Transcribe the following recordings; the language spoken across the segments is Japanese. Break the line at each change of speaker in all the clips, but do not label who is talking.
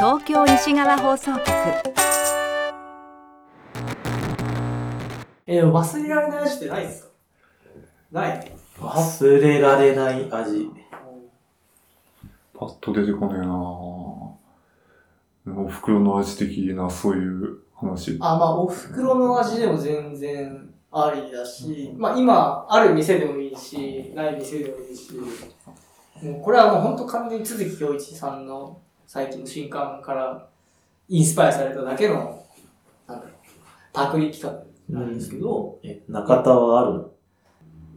西側放送局
えー、忘れられない味ってないんですかない
忘れられない味。
パッと出てこねえなぁ。お袋の味的な、そういう話。
あ、まあ、お袋の味でも全然ありだし、まあ、今、ある店でもいいし、ない店でもいいし、もうこれはもう本当完全に都築恭一さんの最近の新刊からインスパイアされただけの、なんだろう、パクリ企画なんですけど、
え、中田はあるの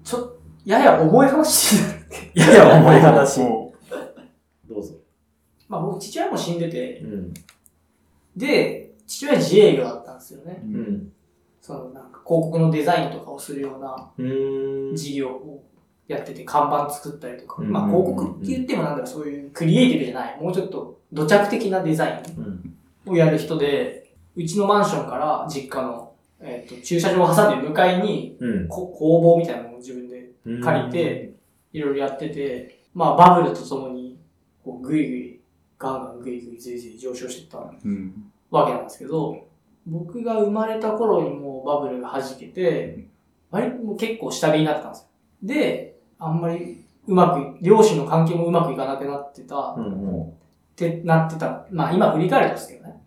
ちょっと、やや重い 話になる。
いやいや、重い話。
そ
どうぞ。
まあ、僕、父親も死んでて、
うん。
で、父親自営業だったんですよね。
う
う。
ん。
その、なんか、広告のデザインとかをするような、
うーん。
事業をやってて、看板作ったりとか、
うん
まあ広告って言ってもなんだろう、そういうクリエイティブじゃない、もうちょっと土着的なデザイ
うん。
ンをやる人で、うちのマンションから実家の、えー、と駐車場を挟んで向かいに
うん。
こ工房みたいなのを自分で
うん
借り、て、いろいろやってて、まあバブルとともに、こうぐいぐい、ガンガンぐいぐいずいずい上昇してった
うん。
わけなんですけど、僕が生まれた頃にもうバブルが弾けて、割ともう結構下火になってたんですよ。で、あんまりうまく、両親の関係もうまくいかなくなってた、
う
っ
ん。うん
てなってた。まあ今振り返るとですけどね。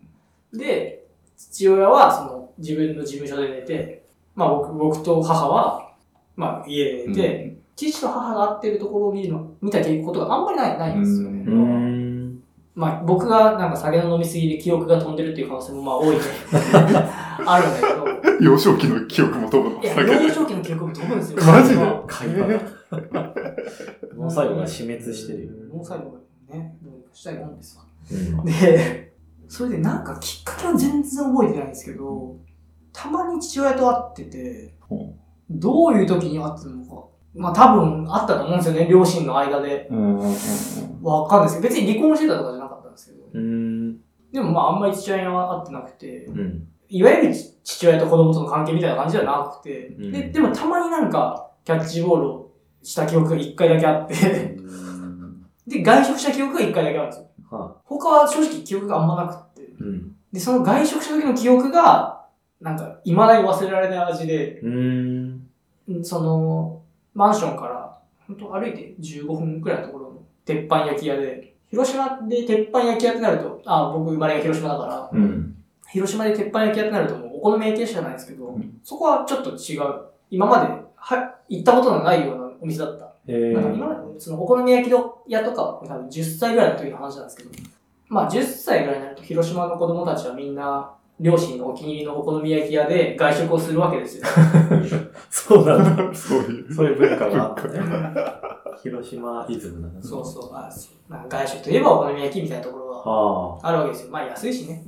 で、父親はその自分の事務所で寝て、まあ僕僕と母は、まあ家で寝て、父と母が会ってるところを見るの、見たりいうことがあんまりない、ないんですよね。
うーん。
まあ、僕がなんか酒の飲みすぎで記憶が飛んでるっていう可能性もまあ 多いんで、あるんだけど、
幼少期の記憶も飛ぶの。
いや、
酒
幼
で。
少期の記憶も飛ぶんですよ。
マジで
も
会話が。脳細胞が死滅してるよ。
う細胞がね、どうにかしたいもんですわ。
うん。
で、それでなんかきっかけは全然覚えてないんですけど、たまに父親と会ってて
うん、
どういう時に会ってるのか。まあ多分あったと思うんですよね、両親の間で。
うん。うん
わかんないですけど、別に離婚してたとかじゃなかったんですけど。
うーん。
でもまああんまり父親には会ってなくて、
うん。
いわゆる父親と子供との関係みたいな感じじゃなくて、
うん
ででもたまになんかキャッチボールをした記憶が一回だけあって、 で、外食した記憶が一回だけあるんですよ。
は
他は正直記憶があんまなくて。
い。うん。
で、その外食した時の記憶が、なんか、未だに忘れられない味で、
うーん。
うんその、マンションから、本当歩いて15分くらいのところの鉄板焼き屋で、広島で鉄板焼き屋ってなると、あ、僕生まれが広島だから、
うん。
広島で鉄板焼き屋ってなるともうお好み焼き屋じゃないですけど、
うん
そこはちょっと違う。今までは行ったことのないようなお店だった。
え
なんか今
ー。
までそのお好み焼き屋とかは多分10歳ぐらいの時の話なんですけど、まあ10歳ぐらいになると広島の子供たちはみんな両親のお気に入りのお好み焼き屋で外食をするわけです よ。
そうなんだ。
そういう。
そういう文化があったね。広島イズムだな。
そうそう。あそうまあ外食といえばお好み焼きみたいなところは
は
あるわけですよ。まあ安いしね。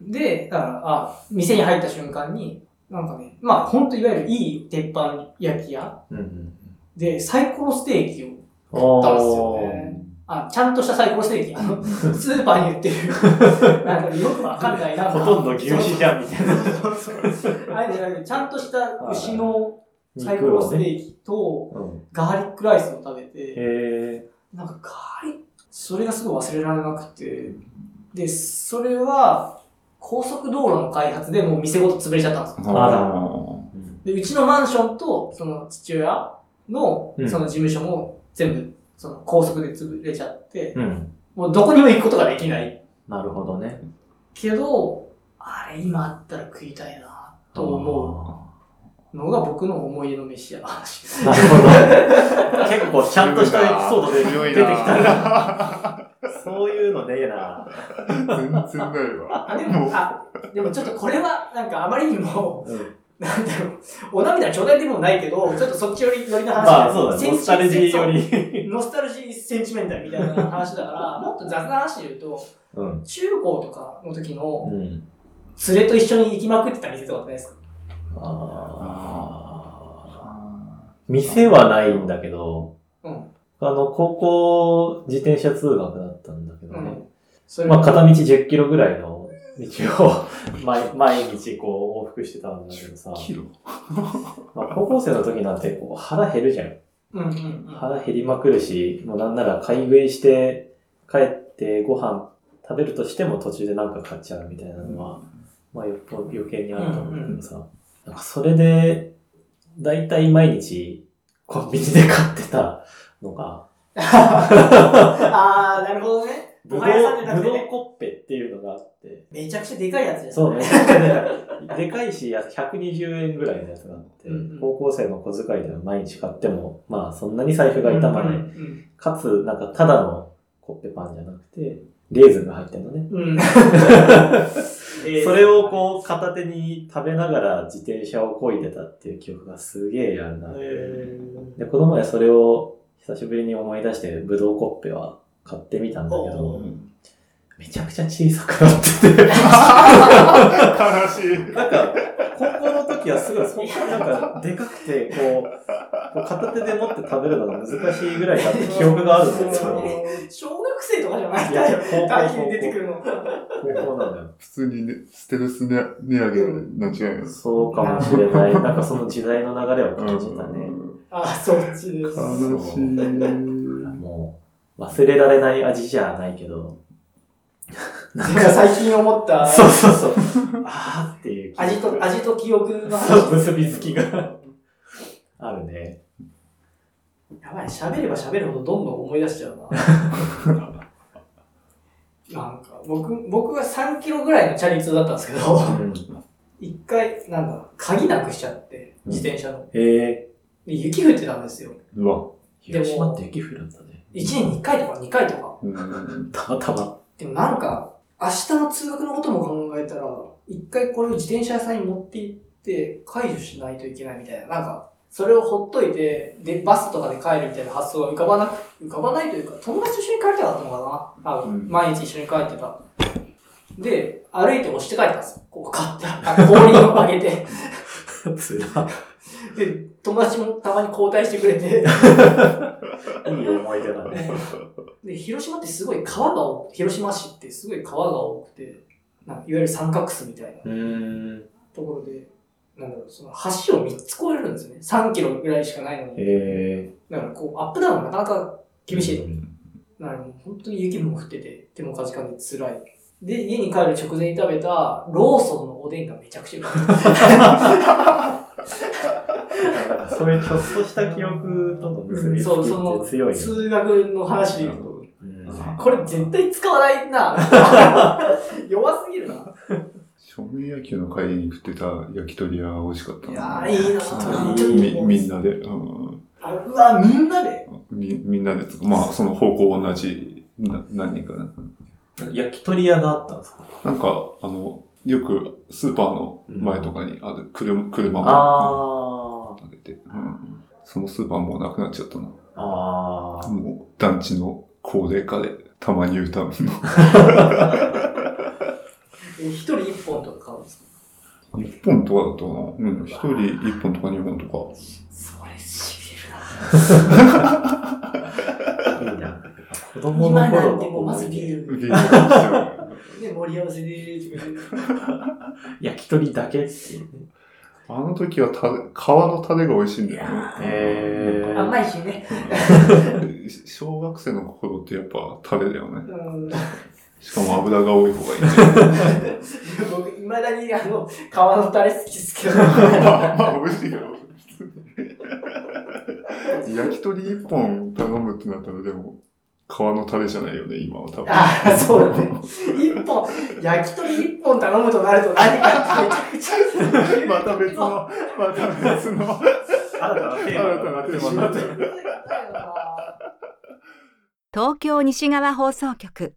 で、だから、あ、店に入った瞬間に、なんかね、まあほんといわゆるいい鉄板焼き屋
あ。うんうん。
で、最高ステーキを、
あ
ったんですよねあ、ちゃんとした最高ステーキ、あの、スーパーに売ってる、 なんかよくわかんないな。
ほとんど牛脂じゃんみたいな。
そうそうそうあれじゃなくて、ちゃんとした牛の 最高ステーキと
うん。
ガーリックライスを食べて、
へ
なんかガーリック、それがすごい忘れられなくて、で、それは、高速道路の開発でもう店ごと潰れちゃったんですよ。
あら
う
で、うちのマンションと、その父親の、
うん
その事務所も、全部、その高速で潰れちゃって、
ーうん。
もうどこにも行くことができない。
なるほどね。
けど、あれ今あったら食いたいな、と思う
う。
のが僕の思い出の飯や 話。
なるほど。 結構ちゃんとしたエピソードで
強
出
い
てき
な
たな。そういうのねえな。
全然ないわ。
あ、でも、あ、でもちょっとこれは、なんかあまりにも、
うん。
なんだろう、お涙頂戴でもないけど、ちょっとそっち寄り、寄りの話
まあそうだね。
セ
ノ
ンチ
スタルジーより。
そうノスタルジーセンチメンタルみたいな話だから、もっと雑な話で言うと、
うん。
中高とかの時の
うん。
連れと一緒に行きまくってた店とかってないですか
ああ。店はないんだけど、
うん
あの、高校自転車通学だったんだけど
う
ね。
ん。それ
まあ、
が
片道10キロぐらいの道を 毎、毎日こう往復してたんだけどさ、
キロ。
まあ、高校生の時なんてこう腹減るじゃん。
うんうんうん。
腹減りまくるし、もうなんなら買い食いして帰ってご飯食べるとしても途中でなんか買っちゃうみたいなのは、まあよ余計にあると思うけどさ、なんかそれで、だいたい毎日コンビニで買ってたのが、
ああ、なるほどね。
ぶどう、
お花屋さんじゃな
ぶ
くて
ど
ね
うコッペっていうのがあって、
めちゃくちゃでかいやつです
そうね
ね。。
でかいし、120円ぐらいのやつがあって、
うんうん
高校生の小遣いでは毎日買っても、まあそんなに財布が痛まない。
うん
かつ、なんかただのコッペパンじゃなくて、レーズンが入ってるのね。
うん。 うん。
それをこう片手に食べながら自転車を漕いでたっていう記憶がすげえあるな。
え
で、この前それを久しぶりに思い出して、ブドウコッペは買ってみたんだけ
お
ど
う、
めちゃくちゃ小さくなってて。
悲しい。
なんか、高校の時はすごい、そんななんか、でかくて、こう、こう片手で持って食べるのが難しいぐらいだって記憶があるんですよ。
ー小学生とかじゃない
いやいや、高
大
校、高
金出てく
校
るの。
高校なんだよ。
普通にね、ステルス値上げなんじゃないの
そうかもしれない。なんかその時代の流れを感じたね。
あ、そっちです。
悲しい。
もう、忘れられない味じゃないけど。
なんか最近思った
そうそうそう。あーっていう記憶。
味と、味と記憶の
そう、
話。
結びつきがあるね。
やばい、喋れば喋るほどどんどん思い出しちゃう な。なんか、僕、僕は3キロぐらいのチャリ通だったんですけど、
うん。
一回、なんだ、鍵なくしちゃって、自転車の。
え
で雪降ってたんですよ。
うわ。
ー、広島って雪降るんだね。
1年に1回とか2回とか。
うん
たまたま。
でもなんか、明日の通学のことも考えたら、一回これを自転車屋さんに持って行って、解除しないといけないみたいな。なんか、それをほっといて、で、バスとかで帰るみたいな発想が浮かばなく、浮かばないというか、友達と一緒に帰りたかったのかな多分、
うん
毎日一緒に帰ってた。で、歩いて押して帰ったんですよ。こう、買った。あ氷をあげて。
つら。
で、友達もたまに交代してくれて。
いい思い出だね。
で、広島ってすごい川が多く、広島市ってすごい川が多くて、なんかいわゆる三角巣みたいな
うーん。
ところで、なんだろう、その橋を3つ越えるんですよね。3キロぐらいしかないのに。
え
だからこう、アップダウンがなかなか厳しい。
うん
だからもう本当に雪も降ってて、手もかじかんで辛い。で、家に帰る直前に食べたローソンのおでんがめちゃくちゃうまかった。
なんかそういうちょっとした記憶との結びつき
そう、その、
って強いね。
数学の話で言うと、
うん
これ絶対使わない な。弱すぎるな。
少年野球の帰りに食ってた焼き鳥は美味しかった
い
な。
やー、いいなぁ。
ー
みみん
な。
なで、うん、
あうわ、みんなで。
みみんなでつか、まあ、その方向同じ、な何人かな。
焼き鳥屋があったんですか
なんか、あの、よくスーパーの前とかにある車、車も
あ
あげて、うん、そのスーパーもうなくなっちゃったな。
あ。ああ。
もう団地の高齢化で、たまに歌う の。
え一人一本とか買うんですか
一本とかだったな。うん、一人一本とか二本 とか。
それ、しびれるな。
いいな。子供
今
の
な
頃
んてもう
の
まず
思い
ビ
出
ール
受け入れてましたよ
で盛り合わせでーす。
焼き鳥だけっていうね。
あの時はた皮のタレが美味しいんだよね。
へえ。
甘いしね。
小学生の頃ってやっぱタレだよね。
うん。
しかも油が多い方がいいね。
僕、いまだにあの、皮のタレ好きですけど。
まあ、まあ、美味しいよ。焼き鳥一本頼むってなったらでも、皮のタレじゃないよね、今は多分。
ああ、そうだね。一本、焼き鳥一本頼むとなると何かめちゃくちゃ。
また別の、 また別の。
新たなテーマがなって しま
ま
った。
た。
東京西側放送局